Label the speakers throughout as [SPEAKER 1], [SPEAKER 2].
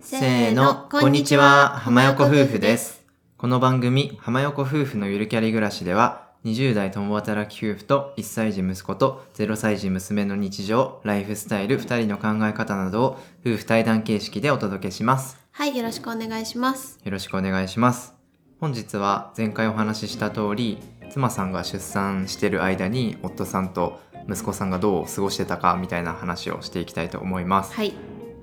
[SPEAKER 1] せーの、こんにちは、浜横夫婦です。
[SPEAKER 2] この番組、浜横夫婦のゆるキャリ暮らしでは、20代共働き夫婦と1歳児息子と0歳児娘の日常、ライフスタイル、2人の考え方などを夫婦対談形式でお届けします。
[SPEAKER 1] はい、よろしくお願いします。
[SPEAKER 2] よろしくお願いします。本日は前回お話しした通り、妻さんが出産してる間に夫さんと息子さんがどう過ごしてたかみたいな話をしていきたいと思います。
[SPEAKER 1] はい、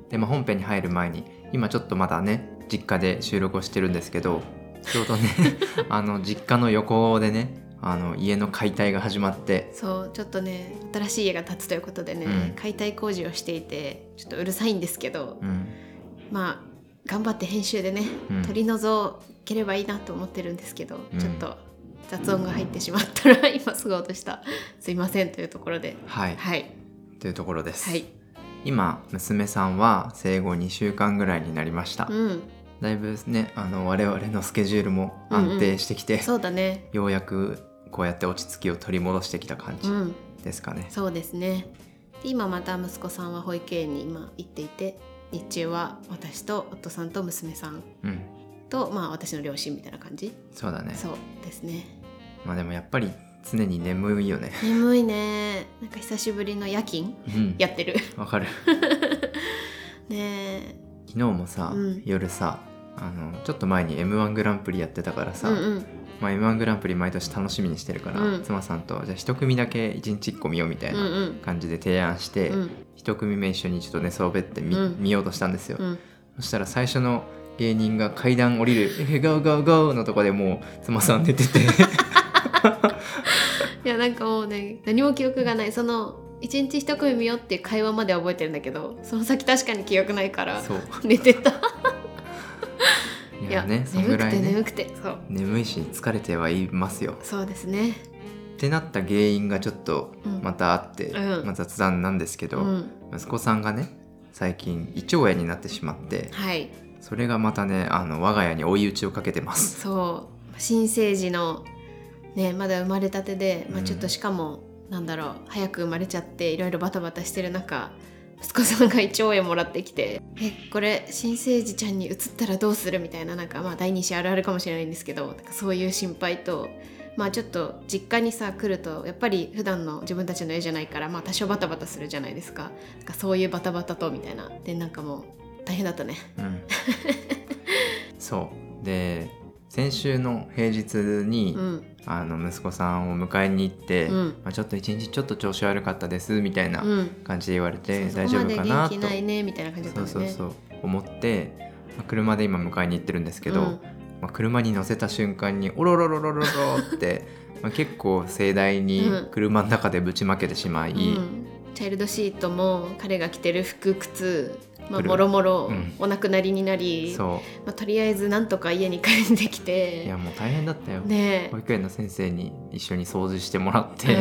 [SPEAKER 2] で、まあ、本編に入る前に今ちょっとまだね実家で収録をしてるんですけどちょうど ねあの実家の横でねあの家の解体が始まって
[SPEAKER 1] そう、ちょっとね、新しい家が建つということでね、
[SPEAKER 2] うん
[SPEAKER 1] 解体工事をしていて、ちょっとうるさいんですけど、
[SPEAKER 2] うん
[SPEAKER 1] まあ、頑張って編集でね、
[SPEAKER 2] うん
[SPEAKER 1] 取り除ければいいなと思ってるんですけど、
[SPEAKER 2] うん
[SPEAKER 1] ちょっと雑音が入ってしまったら、今すぐ落とした。すいませんというところで。
[SPEAKER 2] はい、
[SPEAKER 1] はい、
[SPEAKER 2] というところです、
[SPEAKER 1] はい、
[SPEAKER 2] 今娘さんは生後2週間ぐらいになりました、
[SPEAKER 1] うん、
[SPEAKER 2] だいぶねあの我々のスケジュールも安定してきて、
[SPEAKER 1] そうだね。
[SPEAKER 2] ようやくこうやって落ち着きを取り戻してきた感
[SPEAKER 1] う
[SPEAKER 2] じ
[SPEAKER 1] ん、
[SPEAKER 2] ですかね、
[SPEAKER 1] そうですねで今また息子さんは保育園に今行っていて日中は私と夫さんと娘さん
[SPEAKER 2] うん
[SPEAKER 1] と、まあ、私の両親みたいな感じ、
[SPEAKER 2] そうだね
[SPEAKER 1] そうですね
[SPEAKER 2] まあでもやっぱり常に眠いよね
[SPEAKER 1] 眠いねなんか久しぶりの夜勤
[SPEAKER 2] うん
[SPEAKER 1] やってる
[SPEAKER 2] わかる
[SPEAKER 1] ねえ
[SPEAKER 2] 昨日もさ、
[SPEAKER 1] うん
[SPEAKER 2] 夜さあのちょっと前に m 1グランプリやってたから
[SPEAKER 1] う
[SPEAKER 2] さ、
[SPEAKER 1] んうん
[SPEAKER 2] まあ、m 1グランプリ毎年楽しみにしてるから、
[SPEAKER 1] うん
[SPEAKER 2] 妻さんとじゃあ一組だけ一日一個見ようみたい
[SPEAKER 1] うん
[SPEAKER 2] な
[SPEAKER 1] うん
[SPEAKER 2] 感じで提案して、
[SPEAKER 1] うん
[SPEAKER 2] 一組目一緒にちょっと寝そべってみ、
[SPEAKER 1] うん
[SPEAKER 2] 見ようとしたんですよ、
[SPEAKER 1] うん
[SPEAKER 2] そしたら最初の芸人が階段降りる「えゴーゴーゴー」のとこでもう妻さん寝て て
[SPEAKER 1] いやなんかもうね何も記憶がないその一日一組見ようっていう会話までは覚えてるんだけどその先確かに記憶ないから
[SPEAKER 2] そう
[SPEAKER 1] 寝てた
[SPEAKER 2] い
[SPEAKER 1] い
[SPEAKER 2] や
[SPEAKER 1] や
[SPEAKER 2] ねそんぐ
[SPEAKER 1] 眠く
[SPEAKER 2] ら
[SPEAKER 1] て
[SPEAKER 2] い
[SPEAKER 1] 眠
[SPEAKER 2] ね
[SPEAKER 1] くてそう
[SPEAKER 2] 眠いし疲れてはいますよ
[SPEAKER 1] そうですね
[SPEAKER 2] ってなった原因がちょっと
[SPEAKER 1] うん
[SPEAKER 2] またあって、
[SPEAKER 1] うん
[SPEAKER 2] まあ、雑談なんですけど、
[SPEAKER 1] うん
[SPEAKER 2] 息子さんがね最近胃腸炎になってしまって
[SPEAKER 1] はい
[SPEAKER 2] それがまたねあの我が家に追い打ちをかけて ます
[SPEAKER 1] そう新生児のねまだ生まれたてで、ま
[SPEAKER 2] う
[SPEAKER 1] あ、
[SPEAKER 2] ん
[SPEAKER 1] ちょっとしかも、なんだろう早く生まれちゃっていろいろバタバタしてる中息子さんが胃腸炎もらってきて「えこれ新生児ちゃんに移ったらどうする?」みたいななんかまあ第二子あるあるかもしれないんですけどなんかそういう心配と。まあちょっと実家にさ来るとやっぱり普段の自分たちの家じゃないからまあ多少バタバタするじゃないですかなんかそういうバタバタとみたいなでなんかもう大変だったね
[SPEAKER 2] うんそうで先週の平日に、
[SPEAKER 1] うん
[SPEAKER 2] あの息子さんを迎えに行って、
[SPEAKER 1] うん
[SPEAKER 2] まあ、ちょっと一日ちょっと調子悪かったですみたいな
[SPEAKER 1] うん
[SPEAKER 2] 感じで言われて、
[SPEAKER 1] そう
[SPEAKER 2] 大丈夫かな
[SPEAKER 1] そこまで元気
[SPEAKER 2] と
[SPEAKER 1] ないねみたいな感じだ
[SPEAKER 2] そ
[SPEAKER 1] っ
[SPEAKER 2] う
[SPEAKER 1] た
[SPEAKER 2] そう
[SPEAKER 1] んだよね
[SPEAKER 2] そう思って、まあ車で今迎えに行ってるんですけど、
[SPEAKER 1] うん
[SPEAKER 2] まあ、車に乗せた瞬間に「おろろろろろろ」 って、まあ、結構盛大に
[SPEAKER 1] うん
[SPEAKER 2] 車の中でぶちまけてしまい、
[SPEAKER 1] うんチャイルドシートも彼が着てる服靴まあ
[SPEAKER 2] 来る
[SPEAKER 1] もろもろ
[SPEAKER 2] うん
[SPEAKER 1] お亡くなりになり、
[SPEAKER 2] そ
[SPEAKER 1] まあ、とりあえずなんとか家に帰ってき
[SPEAKER 2] うい
[SPEAKER 1] て
[SPEAKER 2] やもう大変だったよ、
[SPEAKER 1] ね
[SPEAKER 2] 保育園の先生に一緒に掃除してもらっ
[SPEAKER 1] え
[SPEAKER 2] て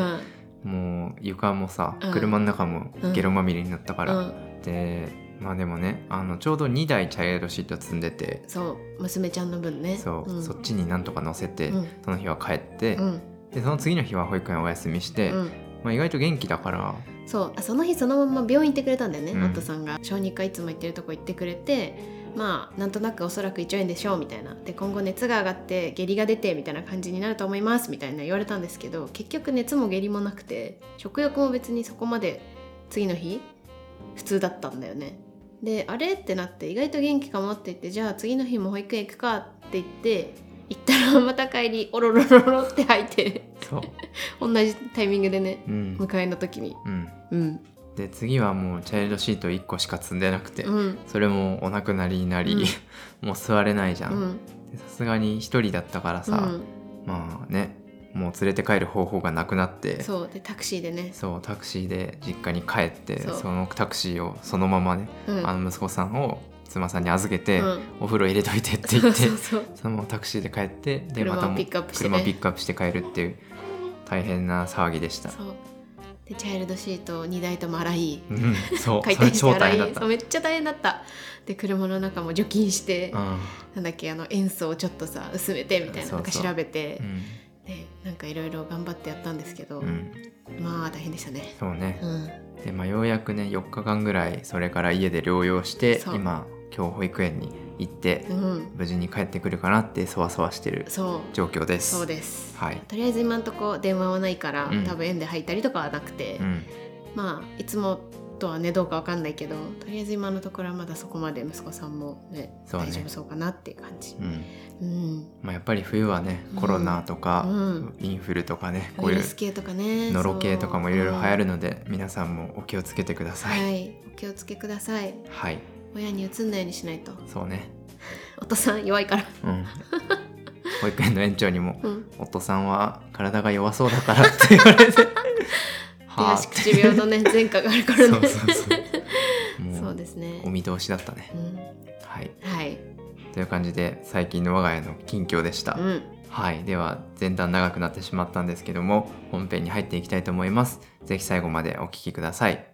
[SPEAKER 1] う、ん
[SPEAKER 2] もう床もさ、
[SPEAKER 1] うん
[SPEAKER 2] 車の中もゲロまみれになったから、
[SPEAKER 1] うん
[SPEAKER 2] でまあでもねあのちょうど2台チャイルドシート積んでて
[SPEAKER 1] そう娘ちゃんの分ね
[SPEAKER 2] そう、
[SPEAKER 1] ん
[SPEAKER 2] そっちになんとか乗せて、
[SPEAKER 1] うん
[SPEAKER 2] その日は帰って、
[SPEAKER 1] うん
[SPEAKER 2] でその次の日は保育園お休みして、
[SPEAKER 1] うん
[SPEAKER 2] まあ、意外と元気だから
[SPEAKER 1] そうあその日そのまま病院行ってくれたんだよね、
[SPEAKER 2] うん
[SPEAKER 1] 夫さんが小児科いつも行ってるとこ行ってくれてまあなんとなくおそらく胃腸炎でしょうみたいなで今後熱が上がって下痢が出てみたいな感じになると思いますみたいな言われたんですけど結局熱も下痢もなくて食欲も別にそこまで次の日普通だったんだよねであれってなって意外と元気かもって言ってじゃあ次の日も保育園行くかって言って行ったらまた帰りおろろろろって吐いて
[SPEAKER 2] そう、
[SPEAKER 1] 同じタイミングでね
[SPEAKER 2] うん
[SPEAKER 1] 迎えの時に
[SPEAKER 2] うん、
[SPEAKER 1] うん
[SPEAKER 2] で次はもうチャイルドシート1個しか積んでなくて、
[SPEAKER 1] うん
[SPEAKER 2] それもお亡くなりになり、 もう座れないじゃ
[SPEAKER 1] うんん
[SPEAKER 2] でさすがに1人だったから
[SPEAKER 1] う
[SPEAKER 2] さ、
[SPEAKER 1] ん
[SPEAKER 2] まあねもう連れて帰る方法がなくなってそう
[SPEAKER 1] そうでタクシーでね、
[SPEAKER 2] タクシーで実家に帰って
[SPEAKER 1] そ
[SPEAKER 2] そうのタクシーをそのままね、
[SPEAKER 1] うん、
[SPEAKER 2] あの息子さんを妻さんに預けて、
[SPEAKER 1] うん
[SPEAKER 2] お風呂入れといてって
[SPEAKER 1] そ
[SPEAKER 2] 言
[SPEAKER 1] う
[SPEAKER 2] って
[SPEAKER 1] そうそう
[SPEAKER 2] そのままタクシーで帰ってで
[SPEAKER 1] 車を
[SPEAKER 2] またも
[SPEAKER 1] ピックアップしてね
[SPEAKER 2] 車ピックアップして帰るっていう大変な騒ぎでした。
[SPEAKER 1] そうでチャイルドシート2台とも洗い
[SPEAKER 2] うん、そう、
[SPEAKER 1] 回
[SPEAKER 2] それ
[SPEAKER 1] 転して
[SPEAKER 2] 超
[SPEAKER 1] 洗
[SPEAKER 2] 大
[SPEAKER 1] い
[SPEAKER 2] 変だった。
[SPEAKER 1] そうめっちゃ大変だったで車の中も除菌して、
[SPEAKER 2] うん
[SPEAKER 1] なんだっけあの塩素をちょっとさ薄めてみたいな
[SPEAKER 2] そうそう
[SPEAKER 1] なんか調べて
[SPEAKER 2] う、ん
[SPEAKER 1] でなんかいろいろ頑張ってやったんですけど、
[SPEAKER 2] うん、
[SPEAKER 1] まあ大変でしたね
[SPEAKER 2] そうね
[SPEAKER 1] う、ん
[SPEAKER 2] でまあ、ようやくね4日間ぐらいそれから家で療養して
[SPEAKER 1] そう
[SPEAKER 2] 今今日保育園に行って
[SPEAKER 1] うん
[SPEAKER 2] 無事に帰ってくるかなってそわそわしてる
[SPEAKER 1] そう
[SPEAKER 2] 状況です。
[SPEAKER 1] そうです、
[SPEAKER 2] はい
[SPEAKER 1] とりあえず今んとこ電話はないから、
[SPEAKER 2] うん
[SPEAKER 1] 多分園で入ったりとかはなくて、
[SPEAKER 2] うん、
[SPEAKER 1] まあいつもとはねどうかわかんないけどとりあえず今のところはまだそこまで息子さんも、ね
[SPEAKER 2] そうね
[SPEAKER 1] 大丈夫そうかなっていう感じ。
[SPEAKER 2] うん
[SPEAKER 1] うん
[SPEAKER 2] まあ、やっぱり冬はねコロナとか、
[SPEAKER 1] うん
[SPEAKER 2] インフルとかねこ
[SPEAKER 1] ウ
[SPEAKER 2] う
[SPEAKER 1] イ
[SPEAKER 2] い
[SPEAKER 1] ル
[SPEAKER 2] う
[SPEAKER 1] ス系とかね
[SPEAKER 2] のろけとかもいろいろ流行
[SPEAKER 1] る
[SPEAKER 2] るので皆さんもお気をつけてくださ。
[SPEAKER 1] はいいお気をつけください
[SPEAKER 2] はい、
[SPEAKER 1] 親にうつんないようにしないと
[SPEAKER 2] そうね、
[SPEAKER 1] お父さん弱い から
[SPEAKER 2] うん 保育園の園長にも
[SPEAKER 1] うん
[SPEAKER 2] 「お父さんは体が弱そうだから」って言われて
[SPEAKER 1] 手足口病 のね前科があるからね
[SPEAKER 2] そうそうそうもう
[SPEAKER 1] そうですね
[SPEAKER 2] お見通しだったね
[SPEAKER 1] うん
[SPEAKER 2] はい
[SPEAKER 1] はい
[SPEAKER 2] という感じで最近の我が家の近況でした、
[SPEAKER 1] うん
[SPEAKER 2] はいでは前段長くなってしまったんですけども本編に入っていきたいと思いますぜひ最後までお聞きください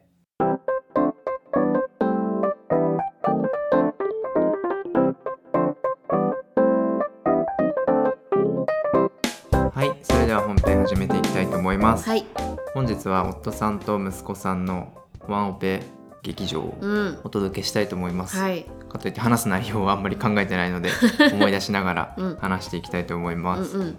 [SPEAKER 2] はいそれでは本編始めていきたいと思います、
[SPEAKER 1] はい
[SPEAKER 2] 本日は夫さんと息子さんのワンオペ劇場を
[SPEAKER 1] うん
[SPEAKER 2] お届けしたいと思います、
[SPEAKER 1] はい
[SPEAKER 2] かといって話す内容はあんまり考えてないの で思い出しながら
[SPEAKER 1] うん
[SPEAKER 2] 話していきたいと思いうま
[SPEAKER 1] ん
[SPEAKER 2] す。
[SPEAKER 1] うん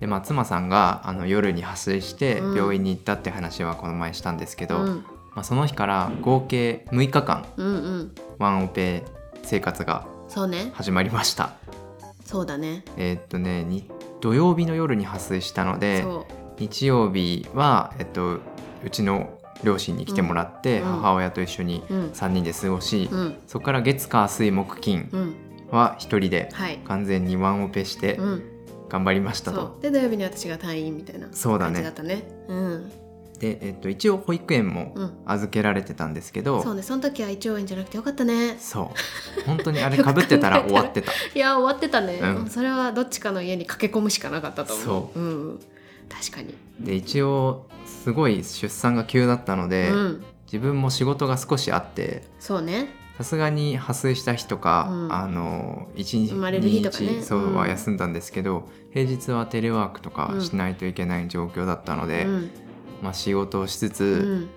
[SPEAKER 2] でまあ妻さんがあの夜に破水して
[SPEAKER 1] うん
[SPEAKER 2] 病院に行ったって話はこの前したんですけ
[SPEAKER 1] う
[SPEAKER 2] ど、ま
[SPEAKER 1] ん
[SPEAKER 2] あ、その日から合計6日間
[SPEAKER 1] うんうん
[SPEAKER 2] ワンオペ生活が
[SPEAKER 1] そうね
[SPEAKER 2] 始まりました。
[SPEAKER 1] そうだね
[SPEAKER 2] えーっとねに土曜日の夜に破水したので
[SPEAKER 1] そ
[SPEAKER 2] 日曜日は、えっと、うちの両親に来てもらって、
[SPEAKER 1] うん
[SPEAKER 2] 母親と一緒に
[SPEAKER 1] ううん
[SPEAKER 2] 3人で過ごし、
[SPEAKER 1] うん
[SPEAKER 2] そこから月火水木金
[SPEAKER 1] うん
[SPEAKER 2] は1人で
[SPEAKER 1] はい
[SPEAKER 2] 完全にワンオペして
[SPEAKER 1] うん
[SPEAKER 2] 頑張りました
[SPEAKER 1] そ
[SPEAKER 2] と、
[SPEAKER 1] うで土曜日に私が退院みたいな
[SPEAKER 2] そうだ
[SPEAKER 1] 感
[SPEAKER 2] ね
[SPEAKER 1] じだったねうん
[SPEAKER 2] で、えっと、一応保育園も
[SPEAKER 1] うん
[SPEAKER 2] 預けられてたんですけど、
[SPEAKER 1] そうねその時は一応炎じゃなくてよかったね
[SPEAKER 2] そう本当にあれ
[SPEAKER 1] よく
[SPEAKER 2] か
[SPEAKER 1] 考えた
[SPEAKER 2] ぶって
[SPEAKER 1] ら
[SPEAKER 2] たら終わって た
[SPEAKER 1] いや終わってたね、
[SPEAKER 2] うん
[SPEAKER 1] うんそれはどっちかの家に駆け込むしかなかったと思うう、ん、確かに、
[SPEAKER 2] で一応すごい出産が急だったので、
[SPEAKER 1] うん
[SPEAKER 2] 自分も仕事が少しあって
[SPEAKER 1] そうね
[SPEAKER 2] さすがに破水した日とか、
[SPEAKER 1] うん
[SPEAKER 2] あの一日
[SPEAKER 1] 生まれる日とかね
[SPEAKER 2] 二日そうは
[SPEAKER 1] うん
[SPEAKER 2] 休んだんですけど、平日はテレワークとかしないといけない状況だったので、
[SPEAKER 1] うん
[SPEAKER 2] まあ、仕事をしつつ、
[SPEAKER 1] うん、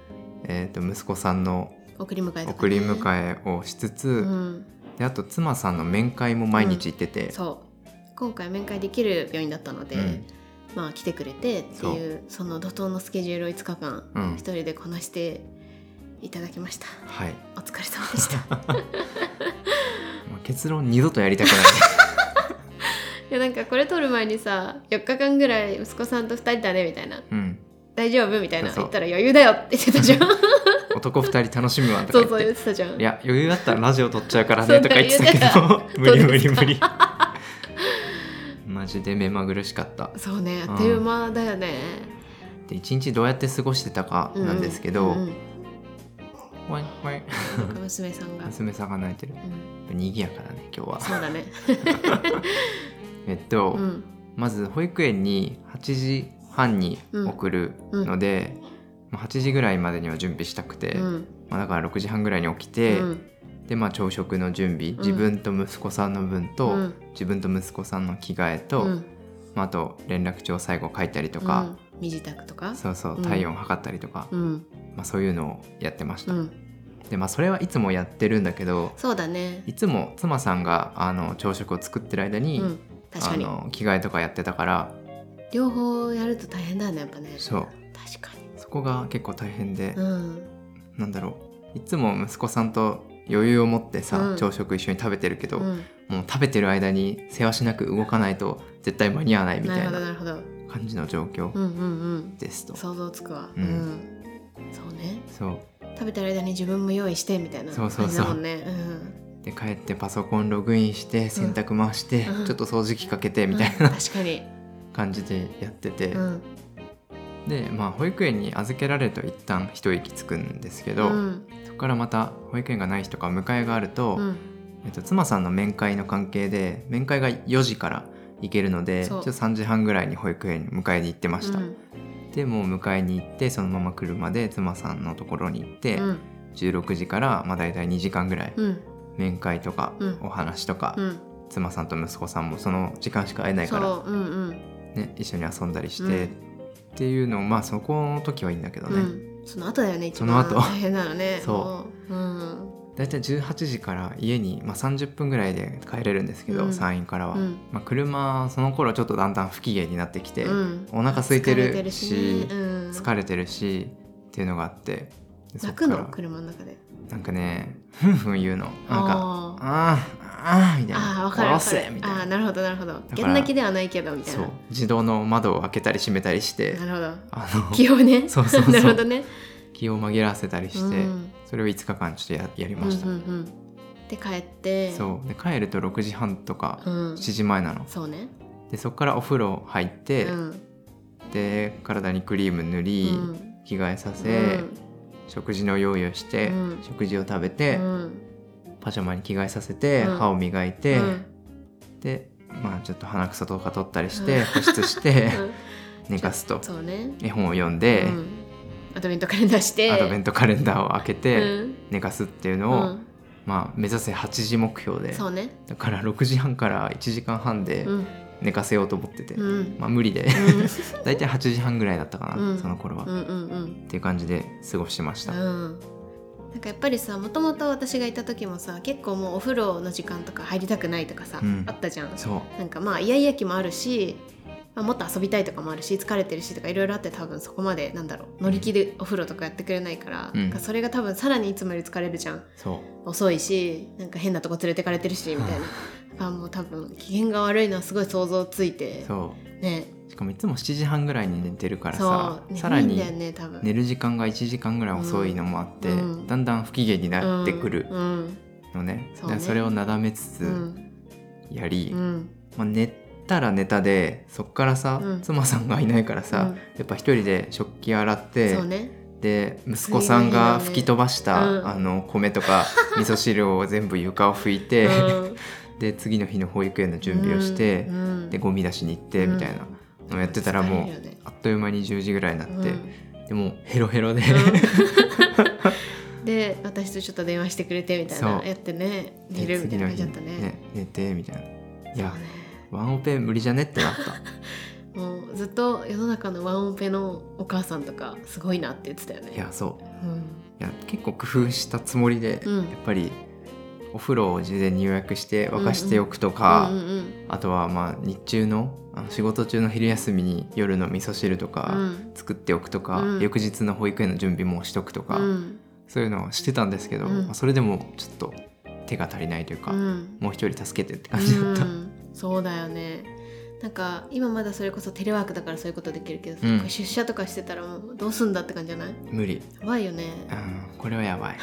[SPEAKER 2] えー、と息子さんの
[SPEAKER 1] 送り迎えとか、ね、
[SPEAKER 2] 送り迎えをしつつ、
[SPEAKER 1] うん、
[SPEAKER 2] であと妻さんの面会も毎日行ってて、
[SPEAKER 1] そう今回面会できる病院だったので、
[SPEAKER 2] うん
[SPEAKER 1] まあ来てくれてっていうその怒涛のスケジュールを5日間
[SPEAKER 2] うん
[SPEAKER 1] 一人でこなしていただきました
[SPEAKER 2] はい、
[SPEAKER 1] お疲れ様でしたい
[SPEAKER 2] まあ結論二度とやりたく ない
[SPEAKER 1] やなんかこれ撮る前にさ4日間ぐらい息子さんと2人だねみたいな
[SPEAKER 2] うん、
[SPEAKER 1] 大丈夫みたいな
[SPEAKER 2] そう
[SPEAKER 1] 言ったら余裕だよって言っ てたじゃん
[SPEAKER 2] 男二人楽しむわと
[SPEAKER 1] そ
[SPEAKER 2] か
[SPEAKER 1] う
[SPEAKER 2] 言って
[SPEAKER 1] そう言ってたじゃん
[SPEAKER 2] いや余裕だったらラジオ撮っちゃうからねとか言ってたけ
[SPEAKER 1] そんな
[SPEAKER 2] ど 無
[SPEAKER 1] 裕
[SPEAKER 2] 理
[SPEAKER 1] だ
[SPEAKER 2] 無理無理マジで目まぐるしかった
[SPEAKER 1] そうねあっという間だよね、
[SPEAKER 2] で一日どうやって過ごしてたか
[SPEAKER 1] う
[SPEAKER 2] なんですけど、
[SPEAKER 1] うんうん
[SPEAKER 2] わいわい
[SPEAKER 1] なんか娘さんが、
[SPEAKER 2] 娘さんが泣いてるやっ
[SPEAKER 1] うん、
[SPEAKER 2] ぱ賑やかだね今日は
[SPEAKER 1] そうだね
[SPEAKER 2] えっと、
[SPEAKER 1] うん
[SPEAKER 2] まず保育園に8時半に送るので、まあ8時ぐらいまでには準備したくて、
[SPEAKER 1] うん
[SPEAKER 2] まあ、だから6時半ぐらいに起きて、
[SPEAKER 1] うん
[SPEAKER 2] でまあ朝食の準備
[SPEAKER 1] ん
[SPEAKER 2] 自分と息子さんの分と、
[SPEAKER 1] うん
[SPEAKER 2] 自分と息子さんの着替えと、
[SPEAKER 1] うん
[SPEAKER 2] まあ、あと連絡帳を最後書いたりとか、
[SPEAKER 1] うん身支度とか
[SPEAKER 2] そうそう
[SPEAKER 1] うん
[SPEAKER 2] 体温測ったりとか、
[SPEAKER 1] うん
[SPEAKER 2] まあ、そういうのをやってました、
[SPEAKER 1] うん
[SPEAKER 2] でまあそれはいつもやってるんだけど
[SPEAKER 1] そうだね
[SPEAKER 2] いつも妻さんがあの朝食を作ってる間に、
[SPEAKER 1] うん確か
[SPEAKER 2] あ
[SPEAKER 1] に
[SPEAKER 2] の着替えとかやってたから
[SPEAKER 1] 両方やると大変だよねやっぱね
[SPEAKER 2] そう
[SPEAKER 1] 確かに
[SPEAKER 2] そこが結構大変で、
[SPEAKER 1] うん
[SPEAKER 2] なんだろういつも息子さんと余裕を持ってさ、
[SPEAKER 1] うん
[SPEAKER 2] 朝食一緒に食べてるけど、
[SPEAKER 1] うん
[SPEAKER 2] もう食べてる間に世話しなく動かないと絶対間に合わないみ
[SPEAKER 1] な
[SPEAKER 2] た
[SPEAKER 1] る
[SPEAKER 2] い
[SPEAKER 1] ほどな
[SPEAKER 2] な
[SPEAKER 1] るほど
[SPEAKER 2] 感じの状況
[SPEAKER 1] うんうんうん
[SPEAKER 2] ですと、
[SPEAKER 1] 想像つくわ
[SPEAKER 2] う
[SPEAKER 1] うんんそうね
[SPEAKER 2] そう
[SPEAKER 1] 食べてる間に自分も用意してみたいな
[SPEAKER 2] そう
[SPEAKER 1] 感
[SPEAKER 2] そう
[SPEAKER 1] じ
[SPEAKER 2] そう
[SPEAKER 1] だもんねうん
[SPEAKER 2] で帰ってパソコンログインして洗濯回して、
[SPEAKER 1] うん
[SPEAKER 2] ちょっと掃除機かけてみたい
[SPEAKER 1] うん
[SPEAKER 2] な
[SPEAKER 1] 確かに
[SPEAKER 2] 感じでやってて、
[SPEAKER 1] うん
[SPEAKER 2] でまあ保育園に預けられると一旦一息つくんですけど、
[SPEAKER 1] うん
[SPEAKER 2] そこからまた保育園がない日とか迎えがあると、
[SPEAKER 1] うん
[SPEAKER 2] えっと、妻さんの面会の関係で面会が4時から行けるのでち
[SPEAKER 1] そ
[SPEAKER 2] ょ
[SPEAKER 1] う
[SPEAKER 2] っと3時半ぐらいに保育園に迎えに行ってました、
[SPEAKER 1] うん
[SPEAKER 2] でもう迎えに行ってそのまま車で妻さんのところに行って、
[SPEAKER 1] うん
[SPEAKER 2] 16時からまあ大体2時間ぐらい
[SPEAKER 1] うん
[SPEAKER 2] 面会とか
[SPEAKER 1] うん
[SPEAKER 2] お話とか、
[SPEAKER 1] うん
[SPEAKER 2] 妻さんと息子さんもその時間しか会えない
[SPEAKER 1] そ
[SPEAKER 2] から、
[SPEAKER 1] ううんうん
[SPEAKER 2] ね、一緒に遊んだりして、
[SPEAKER 1] うん
[SPEAKER 2] っていうのをまあそこの時はいいんだけど
[SPEAKER 1] う
[SPEAKER 2] ね、
[SPEAKER 1] んその後だよね一
[SPEAKER 2] その
[SPEAKER 1] 番
[SPEAKER 2] 後
[SPEAKER 1] 大変なのね
[SPEAKER 2] そ
[SPEAKER 1] もううん
[SPEAKER 2] 大体18時から家に、まあ、30分ぐらいで帰れるんですけど、
[SPEAKER 1] うん
[SPEAKER 2] 山陰からは、
[SPEAKER 1] うん
[SPEAKER 2] まあ、車その頃ちょっとだんだん不機嫌になってきて、
[SPEAKER 1] うん
[SPEAKER 2] お腹空いて
[SPEAKER 1] 疲れて
[SPEAKER 2] る
[SPEAKER 1] るし
[SPEAKER 2] し
[SPEAKER 1] ねうん
[SPEAKER 2] 疲れてるしっていうのがあってでそっ
[SPEAKER 1] 泣
[SPEAKER 2] か
[SPEAKER 1] くの
[SPEAKER 2] ら
[SPEAKER 1] 車の中で
[SPEAKER 2] なんかねふんふん言うのなんか「
[SPEAKER 1] あー
[SPEAKER 2] あーあー」みたい
[SPEAKER 1] あー
[SPEAKER 2] な
[SPEAKER 1] わかるわ
[SPEAKER 2] 殺
[SPEAKER 1] かる
[SPEAKER 2] せ」み
[SPEAKER 1] あ
[SPEAKER 2] た
[SPEAKER 1] ー
[SPEAKER 2] いな
[SPEAKER 1] なるほどなるほど
[SPEAKER 2] ら
[SPEAKER 1] ゲン泣きではないけどみたい
[SPEAKER 2] そ
[SPEAKER 1] な
[SPEAKER 2] う自動の窓を開けたり閉めたりして
[SPEAKER 1] なるほ
[SPEAKER 2] あ
[SPEAKER 1] ど
[SPEAKER 2] の
[SPEAKER 1] 気をね
[SPEAKER 2] そうそうそう
[SPEAKER 1] なるほどね
[SPEAKER 2] 気を紛らわせたりして、
[SPEAKER 1] うん
[SPEAKER 2] それを5日間ちょっとややり
[SPEAKER 1] うんう
[SPEAKER 2] ま
[SPEAKER 1] ん
[SPEAKER 2] した、
[SPEAKER 1] うんで帰って
[SPEAKER 2] そうで帰ると6時半とか
[SPEAKER 1] うん
[SPEAKER 2] 7時前なの、
[SPEAKER 1] そうね
[SPEAKER 2] でそこからお風呂入って、
[SPEAKER 1] うん
[SPEAKER 2] で体にクリーム塗り、
[SPEAKER 1] うん
[SPEAKER 2] 着替えさせ、食事の用意をして、
[SPEAKER 1] うん
[SPEAKER 2] 食事を食べ
[SPEAKER 1] う
[SPEAKER 2] て、
[SPEAKER 1] ん
[SPEAKER 2] パジャマに着替えさせて、
[SPEAKER 1] うん
[SPEAKER 2] 歯を磨いて、
[SPEAKER 1] うん
[SPEAKER 2] でまあちょっと鼻くそとか取ったりして、保湿して
[SPEAKER 1] うん
[SPEAKER 2] 寝かすと
[SPEAKER 1] そうね
[SPEAKER 2] 絵本を読んで、
[SPEAKER 1] うんアドベントカレンダーして
[SPEAKER 2] アドベン
[SPEAKER 1] ト
[SPEAKER 2] トカレンダーを開けて、
[SPEAKER 1] うん
[SPEAKER 2] 寝かすっていうの
[SPEAKER 1] う
[SPEAKER 2] を、
[SPEAKER 1] ん
[SPEAKER 2] まあ目指せ8時目標で
[SPEAKER 1] そうね
[SPEAKER 2] だから6時半から1時間半で
[SPEAKER 1] うん
[SPEAKER 2] 寝かせようと思ってて、
[SPEAKER 1] うんうん
[SPEAKER 2] まあ無理で、
[SPEAKER 1] うん
[SPEAKER 2] 大体8時半ぐらいだったかな、
[SPEAKER 1] うん
[SPEAKER 2] その頃は、
[SPEAKER 1] う
[SPEAKER 2] っ
[SPEAKER 1] んうん
[SPEAKER 2] ていう感じで過ご してまし
[SPEAKER 1] う
[SPEAKER 2] た、
[SPEAKER 1] んなんかやっぱりさもともと私がいた時もさ結構もうお風呂の時間とか入りたくないとかさ、
[SPEAKER 2] うん
[SPEAKER 1] あったじゃん
[SPEAKER 2] そう
[SPEAKER 1] なんかまあイヤイヤ期もあるし、まあ、もっと遊びたいとかもあるし疲れてるしとかいろいろあって多分そこまでなんだろう乗り気でお風呂とかやってくれないから、
[SPEAKER 2] うん
[SPEAKER 1] なんかそれが多分さらにいつもより疲れるじゃん
[SPEAKER 2] そ
[SPEAKER 1] 遅いしなんか変なとこ連れてかれてるしみたいな。あもう多分機嫌が悪いのはすごい想像ついうて
[SPEAKER 2] そ
[SPEAKER 1] ね
[SPEAKER 2] うしかもいつも7時半ぐらいに寝てるからさ
[SPEAKER 1] そう
[SPEAKER 2] さら
[SPEAKER 1] 眠い
[SPEAKER 2] に
[SPEAKER 1] んだよね多分
[SPEAKER 2] 寝る時間が1時間ぐらい遅いのもあって、
[SPEAKER 1] うん
[SPEAKER 2] だんだん不機嫌になってくる
[SPEAKER 1] うんうん
[SPEAKER 2] のね,、
[SPEAKER 1] そ
[SPEAKER 2] そう
[SPEAKER 1] ね
[SPEAKER 2] れをなだめつつやり、
[SPEAKER 1] うん
[SPEAKER 2] まあ、寝たら寝たでそっからさ、
[SPEAKER 1] うん
[SPEAKER 2] 妻さんがいないからさ、
[SPEAKER 1] うん
[SPEAKER 2] やっぱ一人で食器洗って、
[SPEAKER 1] そうね
[SPEAKER 2] で息子さんが吹き飛ばした、
[SPEAKER 1] うん
[SPEAKER 2] あの米と か味噌汁を全部床を拭いて、
[SPEAKER 1] うん
[SPEAKER 2] で次の日の保育園の 準備をして、
[SPEAKER 1] うん
[SPEAKER 2] でゴミ出しに行ってみたいなのをやってたら
[SPEAKER 1] 疲
[SPEAKER 2] も
[SPEAKER 1] れ
[SPEAKER 2] う
[SPEAKER 1] るよね
[SPEAKER 2] あっという間に10時ぐらいになって、
[SPEAKER 1] うん
[SPEAKER 2] でもうヘロヘロで、
[SPEAKER 1] で私とちょっと電話してくれてみたいな
[SPEAKER 2] そう
[SPEAKER 1] やってね
[SPEAKER 2] で
[SPEAKER 1] 寝るみたいな感じ
[SPEAKER 2] 次
[SPEAKER 1] だっ
[SPEAKER 2] の
[SPEAKER 1] た
[SPEAKER 2] 日
[SPEAKER 1] ね
[SPEAKER 2] 寝てみたいない
[SPEAKER 1] そう
[SPEAKER 2] や
[SPEAKER 1] ね
[SPEAKER 2] ワンオペ無理じゃねってなった
[SPEAKER 1] もうずっと世の中のワンオペのお母さんとかすごいなって言ってたよね
[SPEAKER 2] いやそう
[SPEAKER 1] うん
[SPEAKER 2] いや結構工夫したつもりで、
[SPEAKER 1] うん
[SPEAKER 2] やっぱりお風呂を事前に予約して沸かしておくとか、
[SPEAKER 1] うんうん
[SPEAKER 2] あとはまあ日中のあの仕事中の昼休みに夜の味噌汁と
[SPEAKER 1] う
[SPEAKER 2] か
[SPEAKER 1] ん
[SPEAKER 2] 作っておくとか、
[SPEAKER 1] うん
[SPEAKER 2] 翌日の保育園の準備もしとくとか、
[SPEAKER 1] うん
[SPEAKER 2] そういうのをしてたんですけど、
[SPEAKER 1] うん
[SPEAKER 2] まあそれでもちょっと手が足りないというか、
[SPEAKER 1] うん
[SPEAKER 2] もう一人助けてって感じだった。
[SPEAKER 1] うん、そうだよねなんか今まだそれこそテレワークだからそういうことできるけどさ、
[SPEAKER 2] うん
[SPEAKER 1] これ出社とかしてたらもうどうすんだって感じじゃない
[SPEAKER 2] 無理、
[SPEAKER 1] やばいよね
[SPEAKER 2] うん、これはやばい、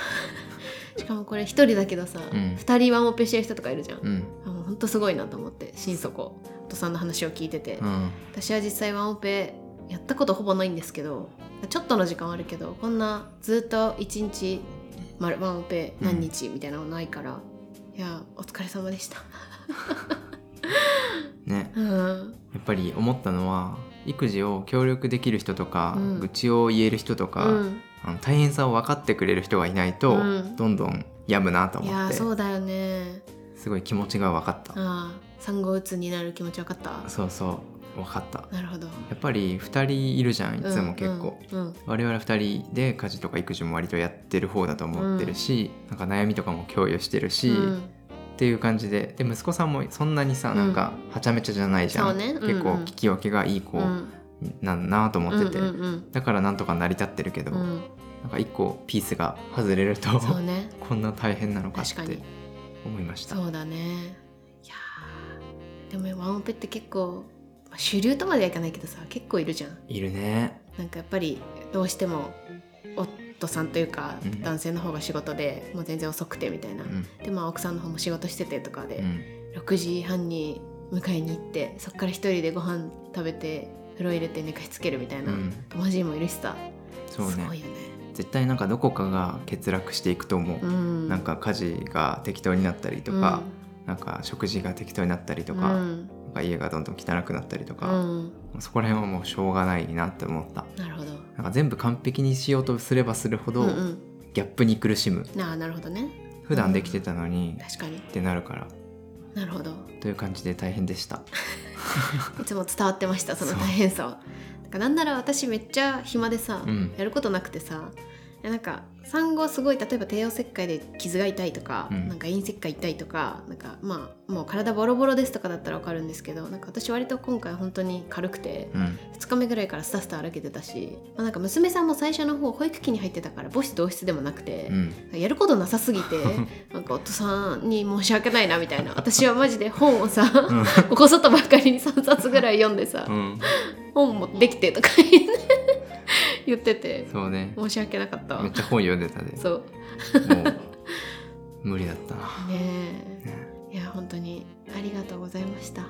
[SPEAKER 1] しかもこれ一人だけどさ、
[SPEAKER 2] う
[SPEAKER 1] 二
[SPEAKER 2] ん
[SPEAKER 1] 人ワンオペしてる人とかいるじゃん、
[SPEAKER 2] うん
[SPEAKER 1] あもうほんとすごいなと思って心底お父さんの話を聞いてて、
[SPEAKER 2] うん、
[SPEAKER 1] 私は実際ワンオペやったことほぼないんですけどちょっとの時間はあるけどこんなずっと一日まるワンオペ何日みたいなのないから、いやお疲れ様 でした
[SPEAKER 2] ね
[SPEAKER 1] うん
[SPEAKER 2] やっぱり思ったのは育児を協力できる人とか、
[SPEAKER 1] うん
[SPEAKER 2] 愚痴を言える人とか、
[SPEAKER 1] うん
[SPEAKER 2] あの大変さを分かってくれる人がいないと、
[SPEAKER 1] うん
[SPEAKER 2] どんどん病むなと
[SPEAKER 1] い
[SPEAKER 2] 思
[SPEAKER 1] や
[SPEAKER 2] っ
[SPEAKER 1] ー
[SPEAKER 2] て
[SPEAKER 1] そうだよね
[SPEAKER 2] すごい気持ちが分かった、
[SPEAKER 1] ああ産後うつになる気持ち分かった
[SPEAKER 2] そうそう分かった
[SPEAKER 1] なるほどい
[SPEAKER 2] やっぱり2人いるじゃんいつも結構、
[SPEAKER 1] うんうん
[SPEAKER 2] 我々2人で家事とか育児も割とやってる方だと思ってるし、なんか悩みとかも共有してるし、
[SPEAKER 1] う
[SPEAKER 2] っ
[SPEAKER 1] ん
[SPEAKER 2] ていう感じでで息子さんもそんなにさ、
[SPEAKER 1] うん
[SPEAKER 2] なんかはちゃめちゃじゃないじゃん、
[SPEAKER 1] そうねうんうん
[SPEAKER 2] 結構聞き分けがいい子
[SPEAKER 1] うん
[SPEAKER 2] なんだなと思ってて、
[SPEAKER 1] うんうん
[SPEAKER 2] だからなんとか成り立ってるけど、
[SPEAKER 1] うんうん
[SPEAKER 2] なんか一個ピースが外れると
[SPEAKER 1] そうね
[SPEAKER 2] こんな大変なのかっ
[SPEAKER 1] 確か
[SPEAKER 2] て
[SPEAKER 1] に
[SPEAKER 2] 思いました
[SPEAKER 1] そうだねいやーでもワンオペって結構、まあ主流とまではいかないけどさ結構いるじゃん
[SPEAKER 2] いるね
[SPEAKER 1] なんかやっぱりどうしても夫さんというか
[SPEAKER 2] うん
[SPEAKER 1] 男性の方が仕事でもう全然遅くてみたいな、
[SPEAKER 2] うん
[SPEAKER 1] でまあ奥さんの方も仕事しててとか
[SPEAKER 2] う
[SPEAKER 1] で、
[SPEAKER 2] ん
[SPEAKER 1] 6時半に迎えに行ってそっから一人でご飯食べて風呂入れて寝かしつけるみたいな、
[SPEAKER 2] うん
[SPEAKER 1] 友達もいるしさ、
[SPEAKER 2] そう
[SPEAKER 1] す
[SPEAKER 2] ね
[SPEAKER 1] ごいよね、
[SPEAKER 2] 絶対なんかどこかが欠落していくと思う、
[SPEAKER 1] うん、
[SPEAKER 2] なんか家事が適当になったりとか、なんか食事が適当になったりと
[SPEAKER 1] うん、
[SPEAKER 2] か,、
[SPEAKER 1] うん
[SPEAKER 2] なんか家がどんどん汚くなったりと
[SPEAKER 1] う
[SPEAKER 2] か、
[SPEAKER 1] ん
[SPEAKER 2] そこら辺はもうしょうがないなって思った
[SPEAKER 1] なるほど
[SPEAKER 2] なんか全部完璧にしようとすればするほど、
[SPEAKER 1] うんうん
[SPEAKER 2] ギャップに苦しむ
[SPEAKER 1] なあなるほどね
[SPEAKER 2] 普段できてたのに、っ
[SPEAKER 1] 確かに
[SPEAKER 2] てなるから
[SPEAKER 1] なるほど
[SPEAKER 2] という感じで大変でした
[SPEAKER 1] いつも伝わってましたその
[SPEAKER 2] そう
[SPEAKER 1] 大変さはなんかなんなら私めっちゃ暇でさ、
[SPEAKER 2] うん
[SPEAKER 1] やることなくてさでなんか産後すごい例えば帝王切開で傷が痛いとか、
[SPEAKER 2] うん
[SPEAKER 1] なんか陰切開痛いとかなんかまあもう体ボロボロですとかだったら分かるんですけどなんか私割と今回本当に軽くて、
[SPEAKER 2] うん
[SPEAKER 1] 2日目ぐらいからスタスタ歩けてたし、まあ、なんか娘さんも最初の方保育器に入ってたから母子同室でもなくて
[SPEAKER 2] う、ん
[SPEAKER 1] やることなさすぎてなんか夫さんに申し訳ないなみたいな私はマジで本をさ、ここ外ばっかりに3冊ぐらい読んでさ、
[SPEAKER 2] うん
[SPEAKER 1] 本持ってきてとか言って言ってて
[SPEAKER 2] そうね
[SPEAKER 1] 申し訳なかった
[SPEAKER 2] めっ
[SPEAKER 1] わ
[SPEAKER 2] ちゃ本読んでたで
[SPEAKER 1] そう
[SPEAKER 2] もう無理だったな
[SPEAKER 1] ねえいや本当にありがとうございました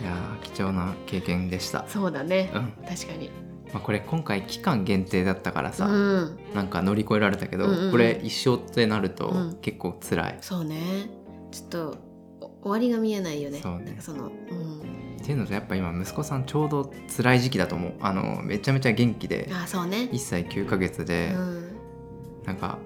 [SPEAKER 2] いやー貴重な経験でした
[SPEAKER 1] そうだね
[SPEAKER 2] うん、
[SPEAKER 1] 確かに
[SPEAKER 2] まあ、これ今回期間限定だったから
[SPEAKER 1] う
[SPEAKER 2] さ、
[SPEAKER 1] ん
[SPEAKER 2] なんか乗り越えられたけど、
[SPEAKER 1] うんうんうん
[SPEAKER 2] これ一生ってなると
[SPEAKER 1] うん
[SPEAKER 2] 結構辛い、
[SPEAKER 1] そうねちょっとお終わりが見えないよね
[SPEAKER 2] そうね
[SPEAKER 1] なんかそのうん
[SPEAKER 2] っていうのとやっぱ今息子さんちょうど辛い時期だと思うあのめちゃめちゃ元気で
[SPEAKER 1] ああそうね
[SPEAKER 2] 1歳9ヶ月で
[SPEAKER 1] う、ん
[SPEAKER 2] なんか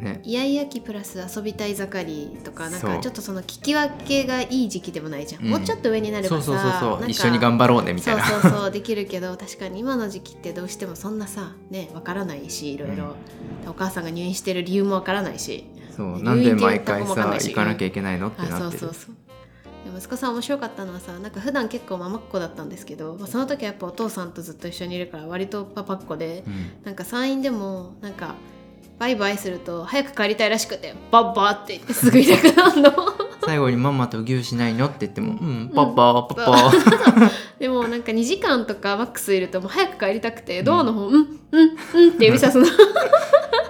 [SPEAKER 2] ね
[SPEAKER 1] イヤイヤ期プラス遊びたい盛りとかなん
[SPEAKER 2] そう
[SPEAKER 1] かちょっとその聞き分けがいい時期でもないじゃん、
[SPEAKER 2] うん
[SPEAKER 1] もうちょっと上になれ
[SPEAKER 2] そ
[SPEAKER 1] ば
[SPEAKER 2] う
[SPEAKER 1] さ
[SPEAKER 2] そうそう
[SPEAKER 1] なん
[SPEAKER 2] そう
[SPEAKER 1] か
[SPEAKER 2] 一緒に頑張ろうねみたいな
[SPEAKER 1] そうそうそうできるけど確かに今の時期ってどうしてもそんなさねわからないしいろいろ、お母さんが入院してる理由もわからないし
[SPEAKER 2] そう
[SPEAKER 1] ね
[SPEAKER 2] なんで毎回
[SPEAKER 1] 入院って言ったかもわかん
[SPEAKER 2] さ
[SPEAKER 1] ないし
[SPEAKER 2] 行かなきゃいけないのって
[SPEAKER 1] あそ
[SPEAKER 2] な
[SPEAKER 1] う
[SPEAKER 2] って
[SPEAKER 1] そ
[SPEAKER 2] る
[SPEAKER 1] うそうで息子さん面白かったのはさなんか普段結構ママっ子だったんですけど、まあ、その時はやっぱお父さんとずっと一緒にいるから割とパパっ子で、
[SPEAKER 2] うん
[SPEAKER 1] なんか産院でもなんかバイバイすると早く帰りたいらしくてバッバって言ってすぐいなくなるの
[SPEAKER 2] 最後に「ママと牛しないの?」って言っても「うんパパパパ」
[SPEAKER 1] でもなんか2時間とかマックスいるともう早く帰りたくてドアの方「うんうんうん」って指さすの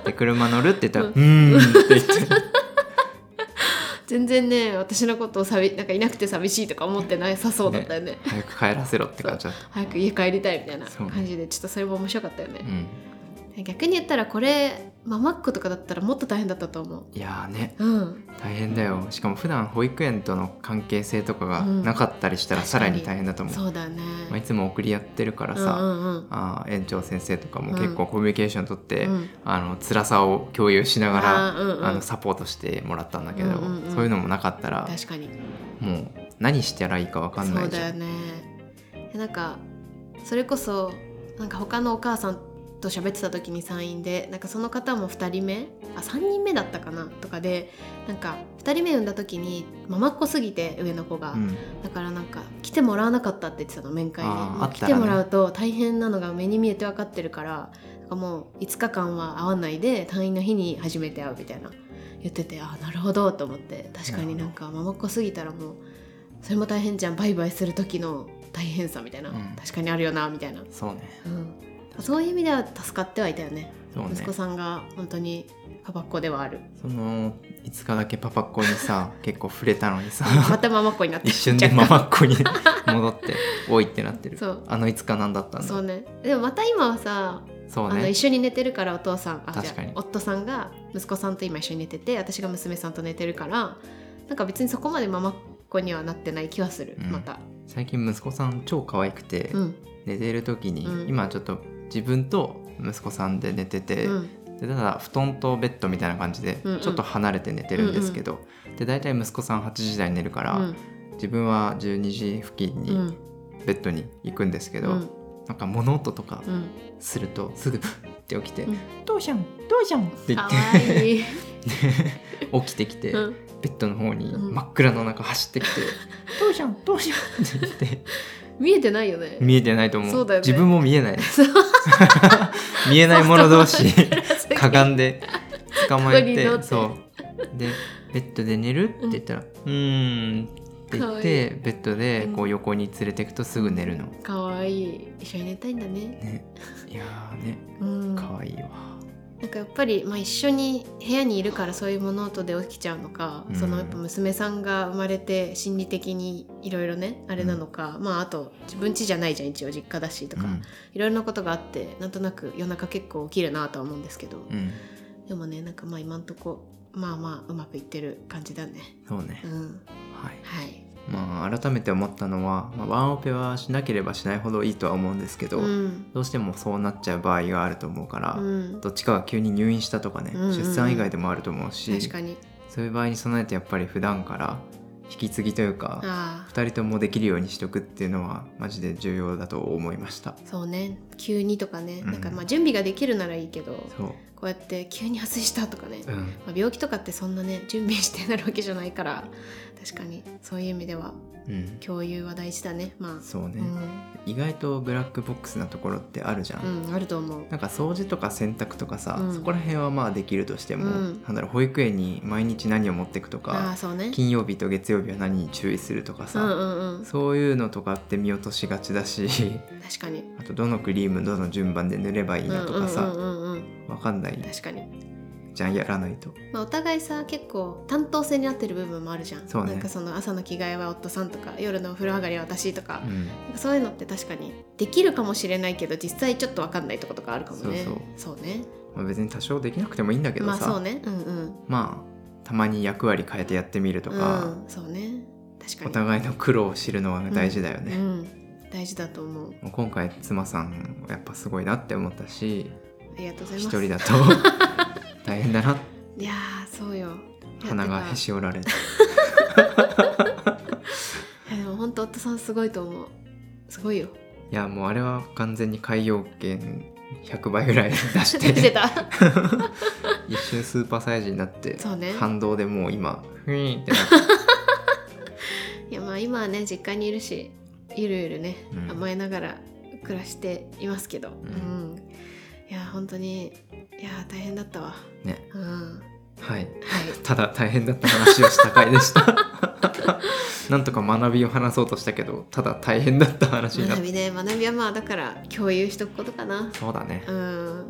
[SPEAKER 2] で車乗るって言ったら「うーん」って言って
[SPEAKER 1] 全然ね私のことをさびなんかいなくて寂しいとか思ってないさそうだったよね
[SPEAKER 2] 早く帰らせろって感じだった
[SPEAKER 1] 早く家帰りたいみたいな
[SPEAKER 2] そうね
[SPEAKER 1] 感じでちょっとそれも面白かったよね
[SPEAKER 2] う、ん
[SPEAKER 1] 逆に言ったらこれママっ子とかだったらもっと大変だったと思う
[SPEAKER 2] いやーね
[SPEAKER 1] うん
[SPEAKER 2] 大変だよしかも普段保育園との関係性とかがなかったりしたら
[SPEAKER 1] うん
[SPEAKER 2] さらに大変だと思う、
[SPEAKER 1] そうだね
[SPEAKER 2] まあ、いつも送り合ってるから
[SPEAKER 1] うんう
[SPEAKER 2] さ、
[SPEAKER 1] んうん
[SPEAKER 2] あー園長先生とかも結構コミュニケーション取って、
[SPEAKER 1] うん
[SPEAKER 2] あの辛さを共有しながら
[SPEAKER 1] あーうんうん
[SPEAKER 2] あのサポートしてもらったんだけど、
[SPEAKER 1] うんうんうん
[SPEAKER 2] そういうのもなかったら
[SPEAKER 1] 確かに
[SPEAKER 2] もう何したらいいか分かんな
[SPEAKER 1] そう
[SPEAKER 2] いじ
[SPEAKER 1] だ
[SPEAKER 2] ゃ
[SPEAKER 1] よ
[SPEAKER 2] ん。
[SPEAKER 1] ねえなんかそれこそなんか他のお母さんと喋ってた時に産院でなんかその方も2人目あ3人目だったかなとかでなんか2人目産んだ時にママっ子すぎて上の子が、
[SPEAKER 2] うん
[SPEAKER 1] だからなんか来てもらわなかったって言ってたの面会に
[SPEAKER 2] あー
[SPEAKER 1] もう
[SPEAKER 2] あった
[SPEAKER 1] 来
[SPEAKER 2] らね
[SPEAKER 1] てもらうと大変なのが目に見えて分かってるからなんかもう5日間は会わないで退院の日に初めて会うみたいな言っててあーなるほどと思って確かになんかママっ子すぎたらもうそれも大変じゃんバイバイする時の大変さみたいな、
[SPEAKER 2] うん
[SPEAKER 1] 確かにあるよなみたいな、
[SPEAKER 2] そうね
[SPEAKER 1] うん、そういう意味では助かってはいたよね
[SPEAKER 2] そうね
[SPEAKER 1] 息子さんが本当にパパっ子ではある
[SPEAKER 2] その5日だけパパっ子にさ結構触れたのにさ
[SPEAKER 1] またママっ子になっ て
[SPEAKER 2] 一瞬でママっ子に戻って「おい」ってなってる
[SPEAKER 1] そう
[SPEAKER 2] あの5日何だったんだ
[SPEAKER 1] そうねでもまた今はさ
[SPEAKER 2] そう
[SPEAKER 1] あの
[SPEAKER 2] ね
[SPEAKER 1] 一緒に寝てるからお父さんあ
[SPEAKER 2] 確かに
[SPEAKER 1] じゃあ夫さんが息子さんと今一緒に寝てて私が娘さんと寝てるからなんか別にそこまでママっ子にはなってない気はする、
[SPEAKER 2] うん
[SPEAKER 1] また、
[SPEAKER 2] 最近息子さん超可愛くて、
[SPEAKER 1] うん
[SPEAKER 2] 寝てる時に、
[SPEAKER 1] うん
[SPEAKER 2] 今ちょっと自分と息子さんで寝てて、
[SPEAKER 1] うん
[SPEAKER 2] でただ布団とベッドみたいな感じで
[SPEAKER 1] うんうん
[SPEAKER 2] ちょっと離れて寝てるんですけど、で大体息子さん8時台に寝るから、
[SPEAKER 1] うん
[SPEAKER 2] 自分は12時付近
[SPEAKER 1] う
[SPEAKER 2] に
[SPEAKER 1] ん
[SPEAKER 2] ベッドに行くんですけど、
[SPEAKER 1] うん
[SPEAKER 2] なんか物音とか
[SPEAKER 1] うん
[SPEAKER 2] するとすぐって起きて
[SPEAKER 1] うん
[SPEAKER 2] 「どうじゃんどうじゃん」って言
[SPEAKER 1] か
[SPEAKER 2] っ
[SPEAKER 1] わ
[SPEAKER 2] て
[SPEAKER 1] いい、
[SPEAKER 2] 起きてきて、
[SPEAKER 1] うん、
[SPEAKER 2] ベッドの方に
[SPEAKER 1] うん
[SPEAKER 2] 真っ暗の中走ってきて「どうじゃんどうじゃん」って言って
[SPEAKER 1] 見えてないよね
[SPEAKER 2] 見えてないと思う
[SPEAKER 1] そうだよね
[SPEAKER 2] 自分も見えない
[SPEAKER 1] そう
[SPEAKER 2] 見えないもの同士 か
[SPEAKER 1] か
[SPEAKER 2] がんで捕まえ
[SPEAKER 1] ここに乗ってて
[SPEAKER 2] そうでベッドで寝るって言ったら「うーん」って言っ
[SPEAKER 1] か
[SPEAKER 2] てベッドでこ
[SPEAKER 1] う
[SPEAKER 2] う横に連れてくとすぐ寝るの、
[SPEAKER 1] かわいい一緒に寝たいんだね、
[SPEAKER 2] ね、いやーね
[SPEAKER 1] うん、
[SPEAKER 2] 可愛いわ
[SPEAKER 1] なんかやっぱり、まあ、一緒に部屋にいるからそういう物音で起きちゃうのか、
[SPEAKER 2] うん
[SPEAKER 1] そのやっぱ娘さんが生まれて心理的にいろいろねあれなのか、まああと自分家じゃないじゃん一応実家だしと
[SPEAKER 2] う
[SPEAKER 1] か
[SPEAKER 2] ん
[SPEAKER 1] いろいろなことがあってなんとなく夜中結構起きるなとは思うんですけど、
[SPEAKER 2] うん
[SPEAKER 1] でもねなんかまあ今んとこまあまあうまくいってる感じだね。
[SPEAKER 2] そうね
[SPEAKER 1] うん、
[SPEAKER 2] はい
[SPEAKER 1] はい、
[SPEAKER 2] まあ改めて思ったのは、まあ、ワンオペはしなければしないほどいいとは思うんですけど、
[SPEAKER 1] ん
[SPEAKER 2] どうしてもそうなっちゃう場合があると思うから、
[SPEAKER 1] うん、
[SPEAKER 2] どっちかが急に入院したとかね、
[SPEAKER 1] うんうんうん
[SPEAKER 2] 出産以外でもあると思うし
[SPEAKER 1] 確かに
[SPEAKER 2] そういう場合に備えてやっぱり普段から引き継ぎというか
[SPEAKER 1] ああ
[SPEAKER 2] 2人ともできるようにしとくっていうのはマジで重要だと思いました
[SPEAKER 1] そうね急にとかね、
[SPEAKER 2] うん
[SPEAKER 1] なんかまあ準備ができるならいいけど
[SPEAKER 2] そう
[SPEAKER 1] こうやって急に発生したとかね、
[SPEAKER 2] うん
[SPEAKER 1] まあ、病気とかってそんなね準備してなるわけじゃないから確かにそういう意味では
[SPEAKER 2] うん
[SPEAKER 1] 共有は大事だねまあ
[SPEAKER 2] そうね、意外とブラックボックスなところってあるじゃん、
[SPEAKER 1] うん、うん、あると思う
[SPEAKER 2] なんか掃除とか洗濯とかさ、
[SPEAKER 1] うん
[SPEAKER 2] そこら辺はまあできるとしても、
[SPEAKER 1] うん
[SPEAKER 2] なんだろう保育園に毎日何を持ってくと
[SPEAKER 1] ああ
[SPEAKER 2] か
[SPEAKER 1] そうね
[SPEAKER 2] 金曜日と月曜日は何に注意するとか
[SPEAKER 1] う
[SPEAKER 2] さ、
[SPEAKER 1] んうんうん
[SPEAKER 2] そういうのとかって見落としがちだし
[SPEAKER 1] 確かに
[SPEAKER 2] あとどのクリームどの順番で塗ればいいなとかさ、
[SPEAKER 1] うんうんうんうん
[SPEAKER 2] わかんない
[SPEAKER 1] 確かに、
[SPEAKER 2] じゃんやらないと
[SPEAKER 1] まあ、お互いさ結構担当性になってる部分もあるじゃん
[SPEAKER 2] そうね
[SPEAKER 1] なんかその朝の着替えは夫さんとか夜のお風呂上がりは私とか
[SPEAKER 2] う、ん
[SPEAKER 1] そういうのって確かにできるかもしれないけど実際ちょっと分かんないとことかあるかもね
[SPEAKER 2] そう
[SPEAKER 1] そうね
[SPEAKER 2] まあ、別に多少できなくてもいいんだけど
[SPEAKER 1] まあ
[SPEAKER 2] さ、
[SPEAKER 1] そうねうんうん
[SPEAKER 2] まあたまに役割変えてやってみるとか、
[SPEAKER 1] うん、そうね確かに
[SPEAKER 2] お互いの苦労を知るのは大事だよね、
[SPEAKER 1] うん、大事だと思う
[SPEAKER 2] もう今回妻さんやっぱすごいなって思ったし
[SPEAKER 1] ありがとうございます
[SPEAKER 2] 一人だと 大変だない
[SPEAKER 1] やーそうよいや
[SPEAKER 2] 鼻が
[SPEAKER 1] てか
[SPEAKER 2] へし折られた
[SPEAKER 1] いやでも本当夫さんすごいと思うすごいよ
[SPEAKER 2] いやもうあれは完全に海洋券100倍ぐらい出し
[SPEAKER 1] 出て
[SPEAKER 2] て
[SPEAKER 1] た
[SPEAKER 2] 一瞬スーパーサイズになって
[SPEAKER 1] そうね
[SPEAKER 2] 反動でもう今ふいーんってなって
[SPEAKER 1] いやまあ今はね実家にいるしゆるゆるね、
[SPEAKER 2] うん
[SPEAKER 1] 甘えながら暮らしていますけど、うんいや本当にいや大変だったわ
[SPEAKER 2] ね
[SPEAKER 1] うんは
[SPEAKER 2] はい
[SPEAKER 1] い
[SPEAKER 2] ただ大変だった話をした回でした なんとか学びを話そうとしたけどただ大変だった話になった
[SPEAKER 1] 学びね学びはまあだから共有しとくことかな
[SPEAKER 2] そうだね
[SPEAKER 1] うん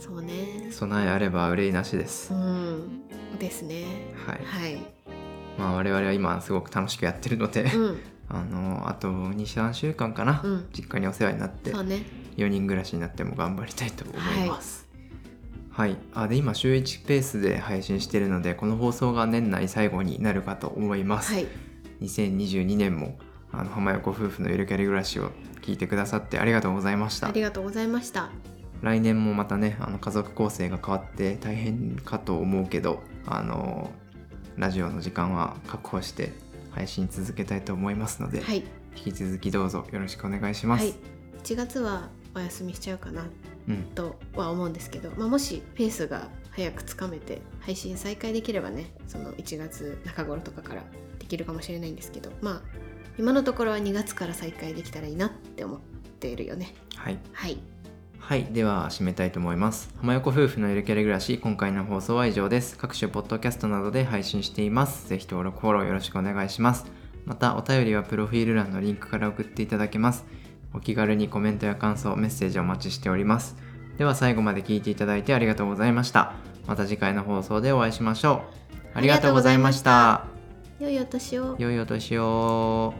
[SPEAKER 1] そうね
[SPEAKER 2] 備えあれば憂いなしです
[SPEAKER 1] う、んですね
[SPEAKER 2] はい
[SPEAKER 1] はい
[SPEAKER 2] まあ我々は今すごく楽しくやってるので、
[SPEAKER 1] うん
[SPEAKER 2] あのあと23週間かな、
[SPEAKER 1] うん
[SPEAKER 2] 実家にお世話になって
[SPEAKER 1] そうね
[SPEAKER 2] 4人暮らしになっても頑張りたいと思いますはい、あで今週1ペースで配信してるのでこの放送が年内最後になるかと思います、
[SPEAKER 1] はい
[SPEAKER 2] 2022年もあの浜横夫婦のゆるキャリ暮らしを聞いてくださってありがとうございまし
[SPEAKER 1] あ
[SPEAKER 2] た
[SPEAKER 1] りがとうございました
[SPEAKER 2] 来年もまたねあの家族構成が変わって大変かと思うけどあのラジオの時間は確保して配信続けたいと思いますので、
[SPEAKER 1] はい
[SPEAKER 2] 引き続きどうぞよろしくお願いしま
[SPEAKER 1] は
[SPEAKER 2] す、
[SPEAKER 1] い1月はお休みしちゃうかな
[SPEAKER 2] うん
[SPEAKER 1] とは思うんですけど、まあ、もしペースが早くつかめて配信再開できればねその1月中頃とかからできるかもしれないんですけどまあ今のところは2月から再開できたらいいなって思っているよね
[SPEAKER 2] はい、
[SPEAKER 1] はい
[SPEAKER 2] はい、では締めたいと思います浜横夫婦のゆるキャリ暮らし今回の放送は以上です各種ポッドキャストなどで配信していますぜひ登録フォローよろしくお願いしますまたお便りはプロフィール欄のリンクから送っていただけますお気軽にコメントや感想メッセージお待ちしておりますでは最後まで聞いていただいてありがとうございましたまた次回の放送でお会いしましょうありがとうございました
[SPEAKER 1] 良いお年を
[SPEAKER 2] 良いお年を